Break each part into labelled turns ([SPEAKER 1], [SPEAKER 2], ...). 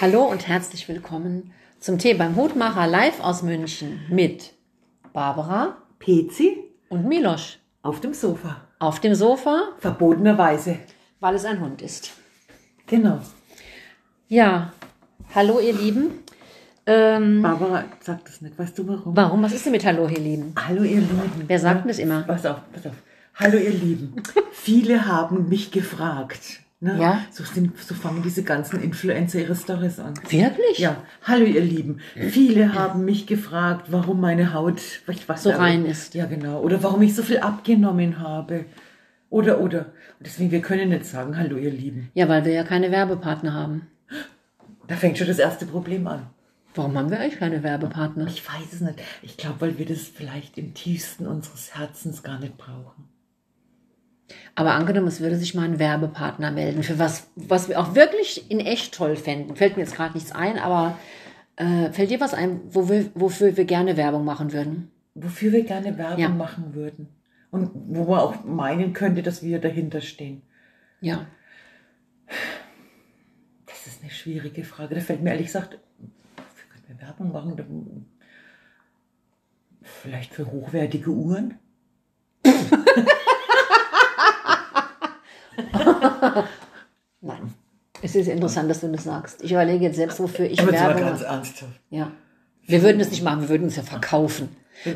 [SPEAKER 1] Hallo und herzlich willkommen zum Tee beim Hutmacher live aus München mit Barbara
[SPEAKER 2] Pezi
[SPEAKER 1] und Milosch
[SPEAKER 2] auf dem Sofa.
[SPEAKER 1] auf dem Sofa,
[SPEAKER 2] Verbotenerweise.
[SPEAKER 1] weil es ein Hund ist.
[SPEAKER 2] Genau.
[SPEAKER 1] Ja, hallo ihr Lieben. Ähm,
[SPEAKER 2] Barbara sagt das nicht. Weißt du warum?
[SPEAKER 1] warum? Was ist denn mit Hallo ihr Lieben?
[SPEAKER 2] Hallo ihr Lieben.
[SPEAKER 1] Wer sagt denn das immer?
[SPEAKER 2] Pass auf, pass auf. Hallo ihr Lieben. Viele haben mich gefragt. Ne?
[SPEAKER 1] Ja.
[SPEAKER 2] So, sind, so fangen diese ganzen Influencer ihre Stories an.
[SPEAKER 1] Wirklich?
[SPEAKER 2] Ja, hallo ihr Lieben. Viele haben mich gefragt, warum meine Haut ich weiß
[SPEAKER 1] So
[SPEAKER 2] ja,
[SPEAKER 1] rein ist.
[SPEAKER 2] Ja, genau. Oder warum ich so viel abgenommen habe. Oder, oder. Und deswegen, wir können nicht sagen, hallo ihr Lieben.
[SPEAKER 1] Ja, weil wir ja keine Werbepartner haben.
[SPEAKER 2] Da fängt schon das erste Problem an.
[SPEAKER 1] Warum haben wir eigentlich keine Werbepartner?
[SPEAKER 2] Ich weiß es nicht. Ich glaube, weil wir das vielleicht im tiefsten unseres Herzens gar nicht brauchen.
[SPEAKER 1] Aber angenommen, es würde sich mal ein Werbepartner melden, für was, was wir auch wirklich in echt toll fänden. Fällt mir jetzt gerade nichts ein, aber äh, fällt dir was ein, wo wir, wofür wir gerne Werbung machen würden?
[SPEAKER 2] Wofür wir gerne Werbung
[SPEAKER 1] Ja.
[SPEAKER 2] machen würden. Und wo man auch meinen könnte, dass wir dahinter stehen.
[SPEAKER 1] Ja.
[SPEAKER 2] Das ist eine schwierige Frage. Da fällt mir ehrlich gesagt, wofür können wir Werbung machen? Da- Vielleicht für hochwertige Uhren?
[SPEAKER 1] Nein. Es ist interessant, dass du das sagst. Ich überlege jetzt selbst, wofür ich
[SPEAKER 2] Aber jetzt mal
[SPEAKER 1] Werbung
[SPEAKER 2] ganz
[SPEAKER 1] mache.
[SPEAKER 2] ernsthaft.
[SPEAKER 1] Ja. Wir würden es nicht machen, wir würden es ja verkaufen.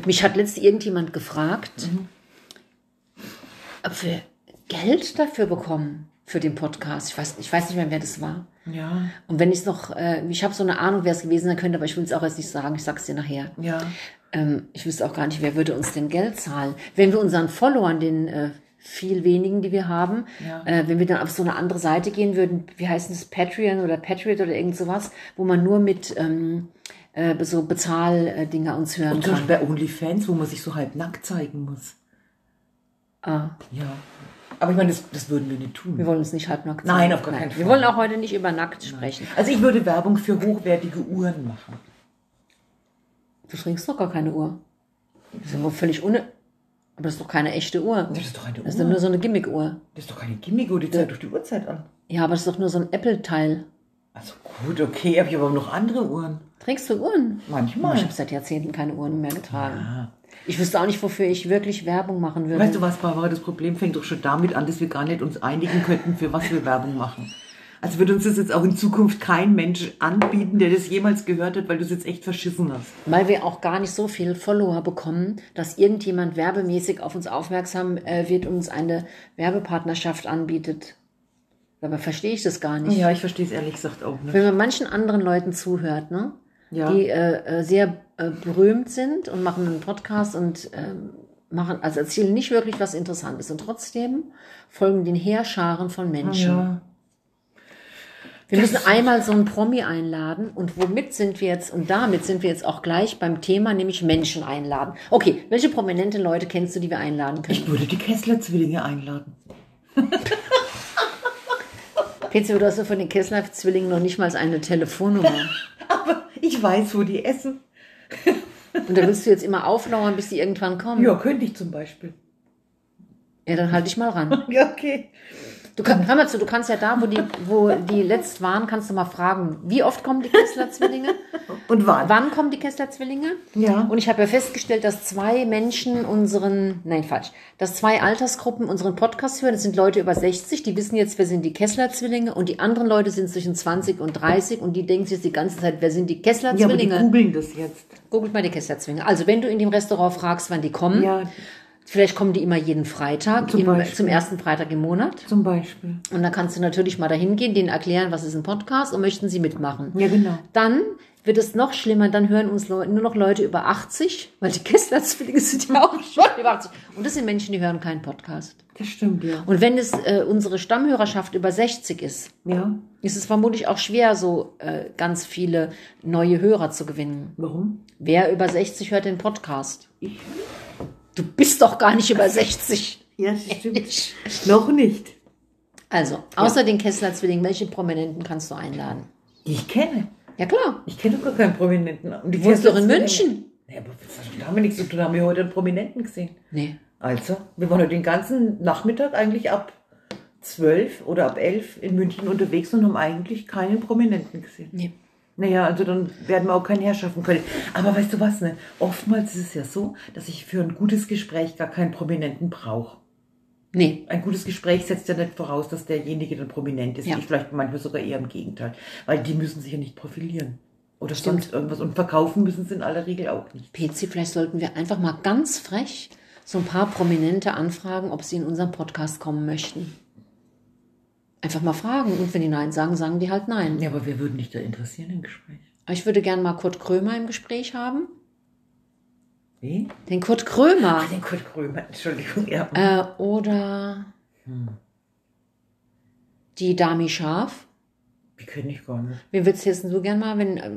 [SPEAKER 1] Mich hat letztens irgendjemand gefragt,
[SPEAKER 2] Mhm.
[SPEAKER 1] ob wir Geld dafür bekommen, für den Podcast. Ich weiß, ich weiß nicht mehr, wer das war.
[SPEAKER 2] Ja,
[SPEAKER 1] Und wenn ich es noch, äh, ich habe so eine Ahnung, wer es gewesen sein könnte, aber ich will es auch jetzt nicht sagen, ich sag's dir nachher.
[SPEAKER 2] ja.
[SPEAKER 1] Ähm, ich wüsste auch gar nicht, wer würde uns denn Geld zahlen. Wenn wir unseren Followern, den äh, viel wenigen, die wir haben,
[SPEAKER 2] Ja.
[SPEAKER 1] äh, wenn wir dann auf so eine andere Seite gehen würden, wie heißt es, Patreon oder Patriot oder irgend sowas, wo man nur mit ähm, äh, so Bezahldinger uns hören
[SPEAKER 2] Und zum
[SPEAKER 1] kann.
[SPEAKER 2] Beispiel bei OnlyFans, wo man sich so halb nackt zeigen muss.
[SPEAKER 1] Ah,
[SPEAKER 2] Ja. Aber ich meine, das, das würden wir nicht tun.
[SPEAKER 1] wir wollen uns nicht halbnackt
[SPEAKER 2] Nein,
[SPEAKER 1] zeigen.
[SPEAKER 2] auf gar keinen
[SPEAKER 1] Wir
[SPEAKER 2] Fall.
[SPEAKER 1] wollen auch heute nicht über nackt sprechen.
[SPEAKER 2] Also ich würde Werbung für hochwertige Uhren machen.
[SPEAKER 1] Du trägst doch gar keine Uhr. Das ist ja wohl völlig ohne. Aber das ist doch keine echte Uhr.
[SPEAKER 2] Das ist doch eine Uhr.
[SPEAKER 1] Das ist doch nur so eine Gimmick-Uhr.
[SPEAKER 2] Das ist doch keine Gimmicko, die zeigt doch die Uhrzeit an.
[SPEAKER 1] Ja, aber das ist doch nur so ein Apple-Teil.
[SPEAKER 2] Also gut, okay, hab ich aber noch andere Uhren.
[SPEAKER 1] Trägst du Uhren? Oh,
[SPEAKER 2] Manchmal.
[SPEAKER 1] Ich habe seit Jahrzehnten keine Uhren mehr getragen.
[SPEAKER 2] Ah.
[SPEAKER 1] Ich wüsste auch nicht, wofür ich wirklich Werbung machen würde.
[SPEAKER 2] Weißt du was, Barbara, das Problem fängt doch schon damit an, dass wir gar nicht uns einigen könnten, für was wir Werbung machen. Also wird uns das jetzt auch in Zukunft kein Mensch anbieten, der das jemals gehört hat, weil du es jetzt echt verschissen hast.
[SPEAKER 1] Weil wir auch gar nicht so viele Follower bekommen, dass irgendjemand werbemäßig auf uns aufmerksam äh, wird und uns eine Werbepartnerschaft anbietet. Dabei verstehe ich das gar nicht.
[SPEAKER 2] Ja, ich verstehe es ehrlich gesagt auch nicht.
[SPEAKER 1] Wenn man manchen anderen Leuten zuhört, ne?
[SPEAKER 2] Ja.
[SPEAKER 1] die äh, äh, sehr äh, berühmt sind und machen einen Podcast und ähm, machen, also erzählen nicht wirklich was Interessantes. Und trotzdem folgen den Heerscharen von Menschen.
[SPEAKER 2] Ja.
[SPEAKER 1] Wir müssen einmal so einen Promi einladen und womit sind wir jetzt, und damit sind wir jetzt auch gleich beim Thema, nämlich Menschen einladen. Okay, welche prominente Leute kennst du, die wir einladen können?
[SPEAKER 2] Ich würde die Kessler-Zwillinge einladen.
[SPEAKER 1] Pizzi, du hast ja von den Kessler-Zwillingen noch nicht mal eine Telefonnummer.
[SPEAKER 2] Aber ich weiß, wo die essen.
[SPEAKER 1] Und da willst du jetzt immer auflauern, bis die irgendwann kommen.
[SPEAKER 2] Ja, könnte ich zum Beispiel.
[SPEAKER 1] Ja, dann halt dich mal ran.
[SPEAKER 2] Ja, okay.
[SPEAKER 1] Du kannst, hör mal zu, du kannst ja da, wo die, wo die letzt waren, kannst du mal fragen, wie oft kommen die Kessler-Zwillinge?
[SPEAKER 2] Und wann?
[SPEAKER 1] Wann kommen die Kessler-Zwillinge?
[SPEAKER 2] Ja.
[SPEAKER 1] Und ich habe ja festgestellt, dass zwei Menschen unseren, nein, falsch, dass zwei Altersgruppen unseren Podcast hören. Das sind Leute über 60, die wissen jetzt, wer sind die Kessler-Zwillinge und die anderen Leute sind zwischen 20 und 30 und die denken sich die ganze Zeit, wer sind die
[SPEAKER 2] Ja, aber die
[SPEAKER 1] Kessler-Zwillinge?
[SPEAKER 2] googeln das jetzt.
[SPEAKER 1] Googelt mal die Kessler-Zwillinge. Also, wenn du in dem Restaurant fragst, wann die kommen,
[SPEAKER 2] Ja,
[SPEAKER 1] vielleicht kommen die immer jeden Freitag,
[SPEAKER 2] Zum
[SPEAKER 1] im,
[SPEAKER 2] Beispiel.
[SPEAKER 1] zum ersten Freitag im Monat.
[SPEAKER 2] zum Beispiel.
[SPEAKER 1] Und dann kannst du natürlich mal dahin gehen, denen erklären, was ist ein Podcast und möchten sie mitmachen.
[SPEAKER 2] Ja, genau.
[SPEAKER 1] Dann wird es noch schlimmer, dann hören uns Leu nur noch Leute über 80, weil die Kessler-Zwillinge sind ja auch schon über 80. Und das sind Menschen, die hören keinen Podcast.
[SPEAKER 2] Das stimmt, ja.
[SPEAKER 1] Und wenn es äh, unsere Stammhörerschaft über 60 ist,
[SPEAKER 2] Ja.
[SPEAKER 1] ist es vermutlich auch schwer, so äh, ganz viele neue Hörer zu gewinnen.
[SPEAKER 2] Warum?
[SPEAKER 1] Wer über 60 hört den Podcast? Du bist doch gar nicht über 60.
[SPEAKER 2] Ja, das stimmt. Noch nicht.
[SPEAKER 1] Also, außer den Kessler-Zwillingen, welche Prominenten kannst du einladen?
[SPEAKER 2] Die ich kenne.
[SPEAKER 1] Ja klar,
[SPEAKER 2] Ich kenne doch gar keinen Prominenten. Und die
[SPEAKER 1] du wohnst doch in
[SPEAKER 2] Kessler-Zwillinge.
[SPEAKER 1] München.
[SPEAKER 2] Ja, aber das hat doch damit nichts zu tun. Haben wir heute einen Prominenten gesehen.
[SPEAKER 1] Nee,
[SPEAKER 2] Also, wir waren heute den ganzen Nachmittag eigentlich ab zwölf oder ab elf in München unterwegs und haben eigentlich keinen Prominenten gesehen.
[SPEAKER 1] Nee.
[SPEAKER 2] Naja, also dann werden wir auch keinen herschaffen können. Aber weißt du was, ne? Oftmals ist es ja so, dass ich für ein gutes Gespräch gar keinen Prominenten brauche.
[SPEAKER 1] Nee.
[SPEAKER 2] Ein gutes Gespräch setzt ja nicht voraus, dass derjenige dann prominent ist.
[SPEAKER 1] Ja.
[SPEAKER 2] Ich vielleicht manchmal sogar eher im Gegenteil. Weil die müssen sich ja nicht profilieren. Oder
[SPEAKER 1] Stimmt.
[SPEAKER 2] sonst irgendwas. Und verkaufen müssen sie in aller Regel auch nicht.
[SPEAKER 1] PC, vielleicht sollten wir einfach mal ganz frech so ein paar Prominente anfragen, ob sie in unseren Podcast kommen möchten. Einfach mal fragen. Und wenn die Nein sagen, sagen die halt Nein.
[SPEAKER 2] Ja, aber wir würden dich da interessieren im Gespräch.
[SPEAKER 1] Aber Ich würde gerne mal Kurt Krömer im Gespräch haben.
[SPEAKER 2] Wie?
[SPEAKER 1] Den Kurt Krömer.
[SPEAKER 2] Ah, den Kurt Krömer, Entschuldigung. Ja.
[SPEAKER 1] Äh, oder
[SPEAKER 2] Hm.
[SPEAKER 1] die Dami Schaf.
[SPEAKER 2] Die kenne ich gar nicht.
[SPEAKER 1] Wen würdest du jetzt so gern mal, wenn, äh,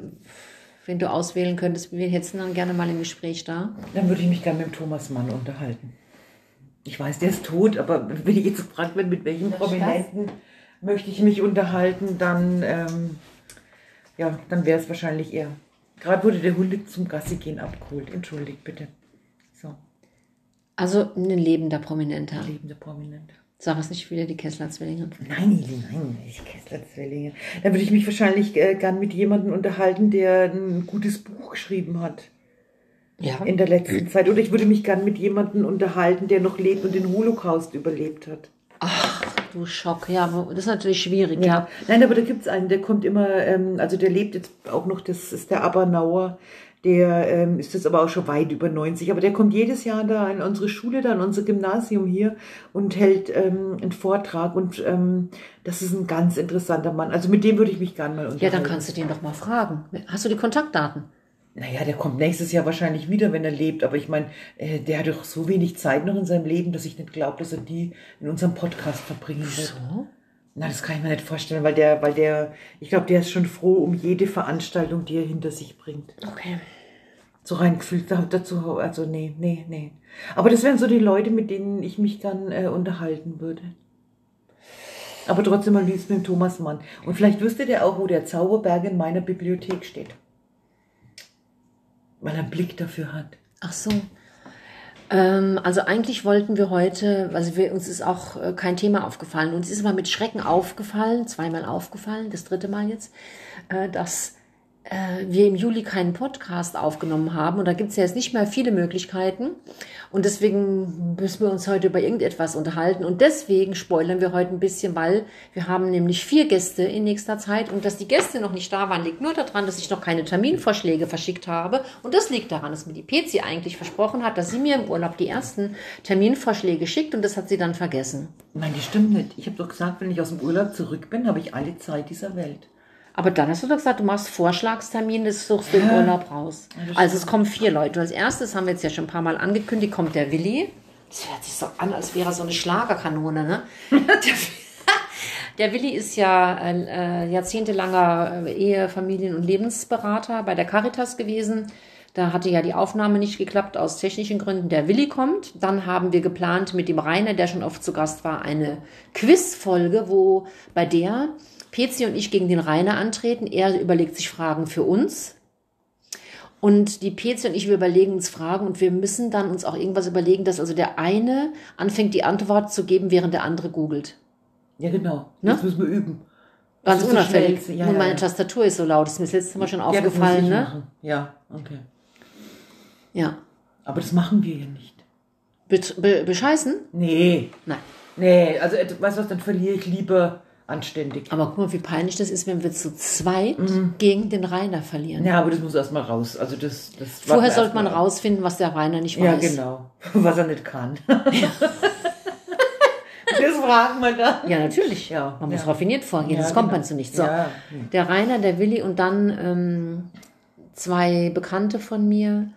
[SPEAKER 1] wenn du auswählen könntest, wen hättest du dann gerne mal im Gespräch da?
[SPEAKER 2] Dann würde ich mich gerne mit dem Thomas Mann unterhalten. Ich weiß, der ist tot, aber wenn ich jetzt gefragt werde, mit welchem
[SPEAKER 1] Das ist
[SPEAKER 2] Prominenten möchte ich mich unterhalten, dann, ähm, ja, dann wäre es wahrscheinlich er. Gerade wurde der Hund zum Gassi gehen abgeholt. Entschuldigt bitte. So,
[SPEAKER 1] Also ein lebender Prominenter.
[SPEAKER 2] lebende Prominente.
[SPEAKER 1] Sag es nicht wieder, die Kessler-Zwillinge.
[SPEAKER 2] Nein, nein, ich Kessler-Zwillinge. Dann würde ich mich wahrscheinlich äh, gern mit jemandem unterhalten, der ein gutes Buch geschrieben hat.
[SPEAKER 1] Ja.
[SPEAKER 2] in der letzten Zeit. Oder ich würde mich gern mit jemandem unterhalten, der noch lebt und den Holocaust überlebt hat.
[SPEAKER 1] Du Schock, ja, aber das ist natürlich schwierig, ja.
[SPEAKER 2] Nein, aber da gibt es einen, der kommt immer, ähm, also der lebt jetzt auch noch, das ist der Abernauer. Der ähm, ist jetzt aber auch schon weit über 90, aber der kommt jedes Jahr da an unsere Schule, da an unser Gymnasium hier und hält ähm, einen Vortrag. Und ähm, das ist ein ganz interessanter Mann. Also mit dem würde ich mich gern mal unterhalten.
[SPEAKER 1] Ja, dann kannst du den doch mal fragen. Hast du die Kontaktdaten?
[SPEAKER 2] Naja, der kommt nächstes Jahr wahrscheinlich wieder, wenn er lebt. Aber ich meine, äh, der hat doch so wenig Zeit noch in seinem Leben, dass ich nicht glaube, dass er die in unserem Podcast verbringen wird.
[SPEAKER 1] So?
[SPEAKER 2] Na, das kann ich mir nicht vorstellen, weil der, weil der, ich glaube, der ist schon froh um jede Veranstaltung, die er hinter sich bringt.
[SPEAKER 1] Okay.
[SPEAKER 2] So rein gefühlt da- dazu, also nee, nee, nee. Aber das wären so die Leute, mit denen ich mich dann äh, unterhalten würde. Aber trotzdem am liebsten mit dem Thomas Mann. Und vielleicht wüsste der auch, wo der Zauberberg in meiner Bibliothek steht. Weil er einen Blick dafür hat.
[SPEAKER 1] Ach so. Ähm, also eigentlich wollten wir heute, also wir, uns ist auch äh, kein Thema aufgefallen. Uns ist mal mit Schrecken aufgefallen, zweimal aufgefallen, das dritte Mal jetzt, äh, dass äh, wir im Juli keinen Podcast aufgenommen haben. Und da gibt es ja jetzt nicht mehr viele Möglichkeiten. Und deswegen müssen wir uns heute über irgendetwas unterhalten. Und deswegen spoilern wir heute ein bisschen, weil wir haben nämlich vier Gäste in nächster Zeit. Und dass die Gäste noch nicht da waren, liegt nur daran, dass ich noch keine Terminvorschläge verschickt habe. Und das liegt daran, dass mir die Pezi eigentlich versprochen hat, dass sie mir im Urlaub die ersten Terminvorschläge schickt. Und das hat sie dann vergessen.
[SPEAKER 2] Nein, das stimmt nicht. Ich habe doch gesagt, wenn ich aus dem Urlaub zurück bin, habe ich alle Zeit dieser Welt.
[SPEAKER 1] Aber dann hast du doch gesagt, du machst Vorschlagstermin, das suchst du im Urlaub raus. Also es kommen vier Leute. Als erstes haben wir jetzt ja schon ein paar Mal angekündigt, kommt der Willi. Das hört sich so an, als wäre er so eine Schlagerkanone, ne? der, der Willi ist ja ein äh, jahrzehntelanger äh, Ehe-, Familien- und Lebensberater bei der Caritas gewesen. Da hatte ja die Aufnahme nicht geklappt aus technischen Gründen. Der Willi kommt. Dann haben wir geplant mit dem Rainer, der schon oft zu Gast war, eine Quizfolge, wo bei der Pezi und ich gegen den Rainer antreten. Er überlegt sich Fragen für uns. Und die Pezi und ich, wir überlegen uns Fragen und wir müssen dann uns auch irgendwas überlegen, dass also der eine anfängt, die Antwort zu geben, während der andere googelt.
[SPEAKER 2] Ja, genau.
[SPEAKER 1] Ne?
[SPEAKER 2] Das müssen wir üben.
[SPEAKER 1] Ganz
[SPEAKER 2] Das ist das
[SPEAKER 1] unauffällig.
[SPEAKER 2] Schnellste. Ja,
[SPEAKER 1] Nur
[SPEAKER 2] ja,
[SPEAKER 1] meine
[SPEAKER 2] ja.
[SPEAKER 1] Tastatur ist so laut. Das ist mir das letzte Mal schon aufgefallen,
[SPEAKER 2] ja, das muss ich
[SPEAKER 1] ne?
[SPEAKER 2] machen. Ja, okay.
[SPEAKER 1] Ja.
[SPEAKER 2] Aber das machen wir hier nicht.
[SPEAKER 1] Be be bescheißen?
[SPEAKER 2] Nee,
[SPEAKER 1] Nein.
[SPEAKER 2] nee, also et- weißt du was, dann verliere ich lieber anständig.
[SPEAKER 1] Aber guck mal, wie peinlich das ist, wenn wir zu zweit gegen den Rainer verlieren.
[SPEAKER 2] Mhm. Ja, aber das muss erstmal raus. Also das, das warten
[SPEAKER 1] Vorher
[SPEAKER 2] wir
[SPEAKER 1] sollte man
[SPEAKER 2] erstmal ab.
[SPEAKER 1] rausfinden, was der Rainer nicht
[SPEAKER 2] Ja,
[SPEAKER 1] weiß.
[SPEAKER 2] genau. Was er nicht kann. das fragen wir dann.
[SPEAKER 1] Ja, natürlich.
[SPEAKER 2] Ja,
[SPEAKER 1] man
[SPEAKER 2] ja.
[SPEAKER 1] muss raffiniert vorgehen,
[SPEAKER 2] Ja,
[SPEAKER 1] sonst kommt
[SPEAKER 2] genau.
[SPEAKER 1] man zu nichts. So.
[SPEAKER 2] Ja.
[SPEAKER 1] Der Rainer, der Willi und dann ähm, zwei Bekannte von mir,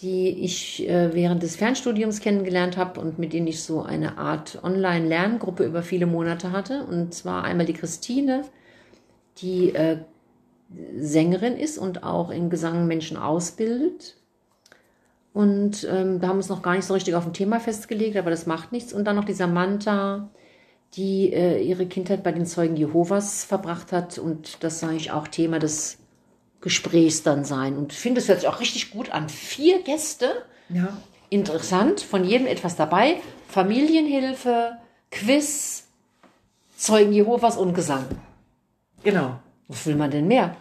[SPEAKER 1] die ich äh, während des Fernstudiums kennengelernt habe und mit denen ich so eine Art Online-Lerngruppe über viele Monate hatte. Und zwar einmal die Christine, die äh, Sängerin ist und auch im Gesang Menschen ausbildet. Und ähm, da haben wir uns noch gar nicht so richtig auf ein Thema festgelegt, aber das macht nichts. Und dann noch die Samantha, die äh, ihre Kindheit bei den Zeugen Jehovas verbracht hat. Und das sage ich auch Thema des Gesprächs dann sein. Und ich finde, es hört sich auch richtig gut an. Vier Gäste,
[SPEAKER 2] Ja.
[SPEAKER 1] interessant, von jedem etwas dabei. Familienhilfe, Quiz, Zeugen Jehovas und Gesang.
[SPEAKER 2] Genau.
[SPEAKER 1] Was will man denn mehr?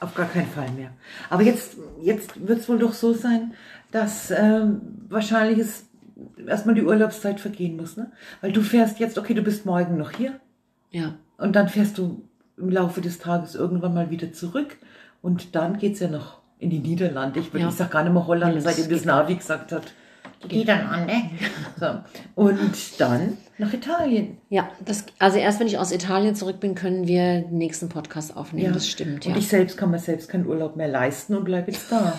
[SPEAKER 2] Auf gar keinen Fall mehr. Aber jetzt, jetzt wird es wohl doch so sein, dass ähm, wahrscheinlich es erstmal die Urlaubszeit vergehen muss. Ne? Weil du fährst jetzt, okay, du bist morgen noch hier
[SPEAKER 1] Ja.
[SPEAKER 2] und dann fährst du im Laufe des Tages irgendwann mal wieder zurück und dann geht es ja noch in die Niederlande. Ich, würd-
[SPEAKER 1] Ja.
[SPEAKER 2] ich sag gar nicht mehr Holland,
[SPEAKER 1] Nee, das
[SPEAKER 2] seitdem das
[SPEAKER 1] geht
[SPEAKER 2] Navi gesagt hat. Die Niederlande. So. Und dann nach Italien.
[SPEAKER 1] Ja, das, also erst wenn ich aus Italien zurück bin, können wir den nächsten Podcast aufnehmen. Das stimmt, ja.
[SPEAKER 2] Und ich selbst kann mir selbst keinen Urlaub mehr leisten und bleibe jetzt da.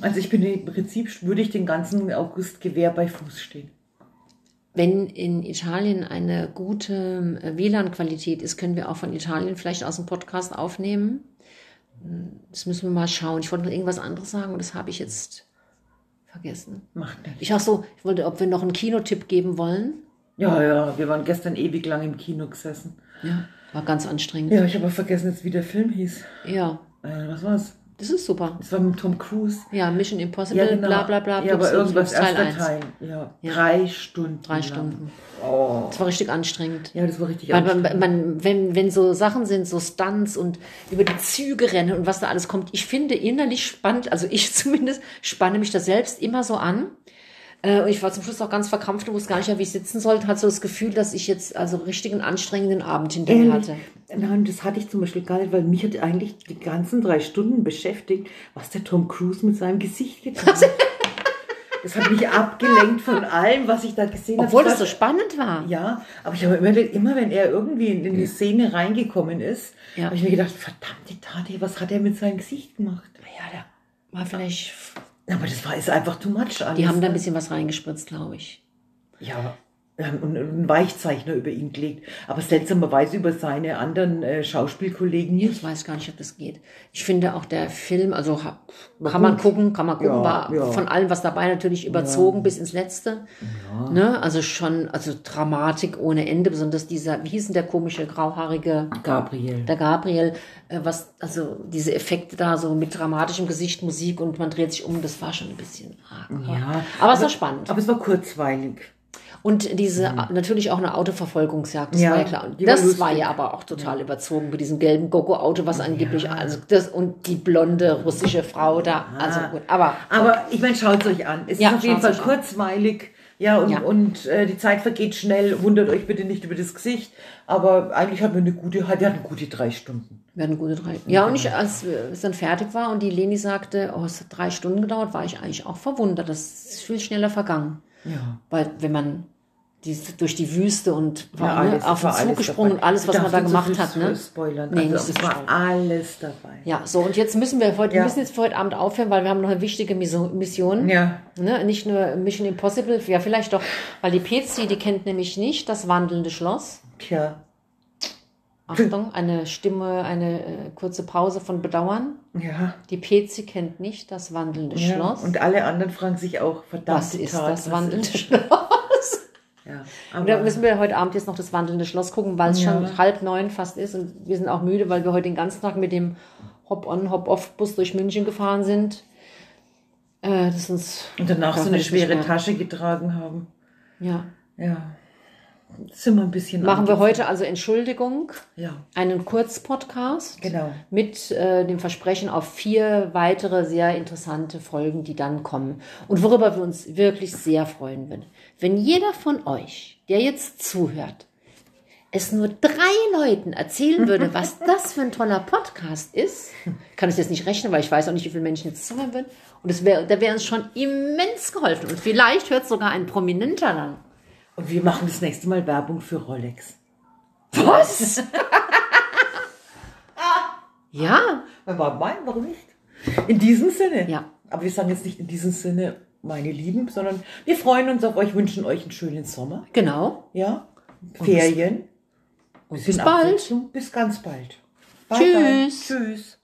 [SPEAKER 2] also ich bin im Prinzip, würde ich den ganzen August Gewehr bei Fuß stehen.
[SPEAKER 1] wenn in Italien eine gute äh, WLAN-Qualität ist, können wir auch von Italien vielleicht aus dem Podcast aufnehmen. Das müssen wir mal schauen. Ich wollte noch irgendwas anderes sagen und das habe ich jetzt vergessen.
[SPEAKER 2] Macht nichts.
[SPEAKER 1] Ich ach so, ich wollte, ob wir noch einen Kinotipp geben wollen.
[SPEAKER 2] Ja, ja, wir waren gestern ewig lang im Kino gesessen.
[SPEAKER 1] Ja, war ganz anstrengend.
[SPEAKER 2] Ja, ich habe aber vergessen jetzt, wie der Film hieß.
[SPEAKER 1] Ja,
[SPEAKER 2] Äh, was war's?
[SPEAKER 1] das ist super.
[SPEAKER 2] Das war mit Tom Cruise.
[SPEAKER 1] Ja, Mission Impossible, bla bla bla.
[SPEAKER 2] Ja, aber
[SPEAKER 1] Blups, Blups,
[SPEAKER 2] irgendwas
[SPEAKER 1] Blups, Teil 1.
[SPEAKER 2] erster Teil. Ja.
[SPEAKER 1] Ja.
[SPEAKER 2] Drei Stunden.
[SPEAKER 1] Drei
[SPEAKER 2] lang.
[SPEAKER 1] Stunden.
[SPEAKER 2] Oh.
[SPEAKER 1] Das war richtig anstrengend.
[SPEAKER 2] Ja, das war richtig
[SPEAKER 1] Weil man,
[SPEAKER 2] anstrengend.
[SPEAKER 1] man, wenn, wenn so Sachen sind, so Stunts und über die Züge rennen und was da alles kommt, ich finde innerlich spannend, also ich zumindest spanne mich da selbst immer so an. Äh, und ich war zum Schluss auch ganz verkrampft und wusste gar nicht, mehr, wie ich sitzen sollte. Hatte so das Gefühl, dass ich jetzt also richtigen anstrengenden Abend hinter mir hatte.
[SPEAKER 2] Ähm, Nein, das hatte ich zum Beispiel gar nicht, weil mich hat eigentlich die ganzen drei Stunden beschäftigt, was der Tom Cruise mit seinem Gesicht getan hat. Das hat mich abgelenkt von allem, was ich da gesehen habe.
[SPEAKER 1] Obwohl
[SPEAKER 2] Ich
[SPEAKER 1] das so
[SPEAKER 2] war-
[SPEAKER 1] spannend war.
[SPEAKER 2] Ja, aber ich habe immer, immer, wenn er irgendwie in, in die Szene reingekommen ist,
[SPEAKER 1] Ja.
[SPEAKER 2] habe ich mir gedacht, verdammte Tate, was hat er mit seinem Gesicht gemacht?
[SPEAKER 1] Ja, da war vielleicht.
[SPEAKER 2] Aber das war ist einfach too much alles.
[SPEAKER 1] Die haben da ein bisschen was reingespritzt, glaube ich.
[SPEAKER 2] Ja, ähm, und einen Weichzeichner über ihn gelegt. Aber seltsamerweise über seine anderen äh, Schauspielkollegen nicht.
[SPEAKER 1] Ich weiß gar nicht, ob das geht. Ich finde auch der Film, also ha-
[SPEAKER 2] War
[SPEAKER 1] kann man
[SPEAKER 2] gut.
[SPEAKER 1] gucken, kann man gucken,
[SPEAKER 2] Ja,
[SPEAKER 1] war
[SPEAKER 2] ja.
[SPEAKER 1] von allem was dabei natürlich überzogen bis ins Letzte. Ne? Also schon, also Dramatik ohne Ende, besonders dieser, wie hieß denn der komische, grauhaarige,
[SPEAKER 2] Gabriel.
[SPEAKER 1] der Gabriel, äh, was, also diese Effekte da so mit dramatischem Gesicht, Musik und man dreht sich um, das war schon ein bisschen arg.
[SPEAKER 2] Ja.
[SPEAKER 1] Aber es war spannend.
[SPEAKER 2] Aber es war kurzweilig.
[SPEAKER 1] Und diese, natürlich auch eine Autoverfolgungsjagd, das
[SPEAKER 2] Mhm. Ja,
[SPEAKER 1] war ja klar. Und
[SPEAKER 2] die war
[SPEAKER 1] das
[SPEAKER 2] lustig.
[SPEAKER 1] war ja aber auch total überzogen mit diesem gelben Gogo-Auto, was angeblich, also das und die blonde russische Frau da, also gut, aber
[SPEAKER 2] Aber ich meine, schaut es euch an. Es
[SPEAKER 1] Ja,
[SPEAKER 2] ist auf jeden Fall
[SPEAKER 1] schaut's euch an.
[SPEAKER 2] kurzweilig. Ja, und,
[SPEAKER 1] Ja.
[SPEAKER 2] und äh, die Zeit vergeht schnell. Wundert euch bitte nicht über das Gesicht. Aber eigentlich hatten wir eine gute, wir hatten gute drei Stunden.
[SPEAKER 1] wir hatten gute drei. Ja, und ich, als es dann fertig war und die Leni sagte, oh, es hat drei Stunden gedauert, war ich eigentlich auch verwundert. Das ist viel schneller vergangen.
[SPEAKER 2] Ja.
[SPEAKER 1] Weil wenn man die, durch die Wüste und
[SPEAKER 2] War
[SPEAKER 1] ne,
[SPEAKER 2] alles,
[SPEAKER 1] auf den
[SPEAKER 2] war
[SPEAKER 1] Zug
[SPEAKER 2] alles
[SPEAKER 1] gesprungen
[SPEAKER 2] dabei.
[SPEAKER 1] und alles, was
[SPEAKER 2] Ich
[SPEAKER 1] man da
[SPEAKER 2] darf nicht so
[SPEAKER 1] gemacht
[SPEAKER 2] viel
[SPEAKER 1] hat, ne?
[SPEAKER 2] Spoilern.
[SPEAKER 1] Nee,
[SPEAKER 2] also,
[SPEAKER 1] nicht so
[SPEAKER 2] es war
[SPEAKER 1] spoilern.
[SPEAKER 2] alles dabei.
[SPEAKER 1] Ja, so und jetzt müssen wir heute, wir
[SPEAKER 2] Ja.
[SPEAKER 1] müssen jetzt für heute Abend aufhören, weil wir haben noch eine wichtige Miso- Mission.
[SPEAKER 2] Ja.
[SPEAKER 1] Ne? Nicht nur Mission Impossible, ja vielleicht doch, weil die PC, die kennt nämlich nicht das wandelnde Schloss.
[SPEAKER 2] Tja.
[SPEAKER 1] Achtung, eine Stimme, eine äh, kurze Pause von Bedauern.
[SPEAKER 2] Ja.
[SPEAKER 1] Die PC kennt nicht das wandelnde
[SPEAKER 2] ja.
[SPEAKER 1] Schloss.
[SPEAKER 2] Und alle anderen fragen sich auch, verdammt,
[SPEAKER 1] was ist
[SPEAKER 2] Tat,
[SPEAKER 1] das
[SPEAKER 2] was
[SPEAKER 1] wandelnde
[SPEAKER 2] ist-
[SPEAKER 1] Schloss?
[SPEAKER 2] Ja.
[SPEAKER 1] Und da
[SPEAKER 2] Aber,
[SPEAKER 1] müssen wir heute Abend jetzt noch das wandelnde Schloss gucken, weil es
[SPEAKER 2] Ja.
[SPEAKER 1] schon halb neun fast ist und wir sind auch müde, weil wir heute den ganzen Tag mit dem Hop-on, Hop-off-Bus durch München gefahren sind. Äh, das ist uns
[SPEAKER 2] und danach so eine
[SPEAKER 1] Hoffentlich nicht
[SPEAKER 2] schwere
[SPEAKER 1] mehr.
[SPEAKER 2] Tasche getragen haben.
[SPEAKER 1] Ja.
[SPEAKER 2] Ja. Sind wir ein bisschen.
[SPEAKER 1] Machen wir
[SPEAKER 2] ange-
[SPEAKER 1] heute also Entschuldigung,
[SPEAKER 2] Ja,
[SPEAKER 1] einen Kurzpodcast
[SPEAKER 2] genau.
[SPEAKER 1] mit äh, dem Versprechen auf vier weitere sehr interessante Folgen, die dann kommen und worüber wir uns wirklich sehr freuen würden. Wenn jeder von euch, der jetzt zuhört, es nur drei Leuten erzählen würde, was das für ein toller Podcast ist, kann ich jetzt nicht rechnen, weil ich weiß auch nicht, wie viele Menschen jetzt zuhören würden. Und es wär, da wäre uns schon immens geholfen. Und vielleicht hört sogar ein Prominenter dann.
[SPEAKER 2] Und wir machen das nächste Mal Werbung für Rolex.
[SPEAKER 1] Was? ja,
[SPEAKER 2] Aber nein, warum nicht? In diesem Sinne.
[SPEAKER 1] Ja.
[SPEAKER 2] Aber wir sagen jetzt nicht in diesem Sinne, meine Lieben, sondern wir freuen uns auf euch, wünschen euch einen schönen Sommer.
[SPEAKER 1] genau.
[SPEAKER 2] Ja. Ferien.
[SPEAKER 1] Und bis
[SPEAKER 2] bisschen
[SPEAKER 1] bald.
[SPEAKER 2] Abwechslung. Bis ganz bald.
[SPEAKER 1] Tschüss.
[SPEAKER 2] Bye. Tschüss.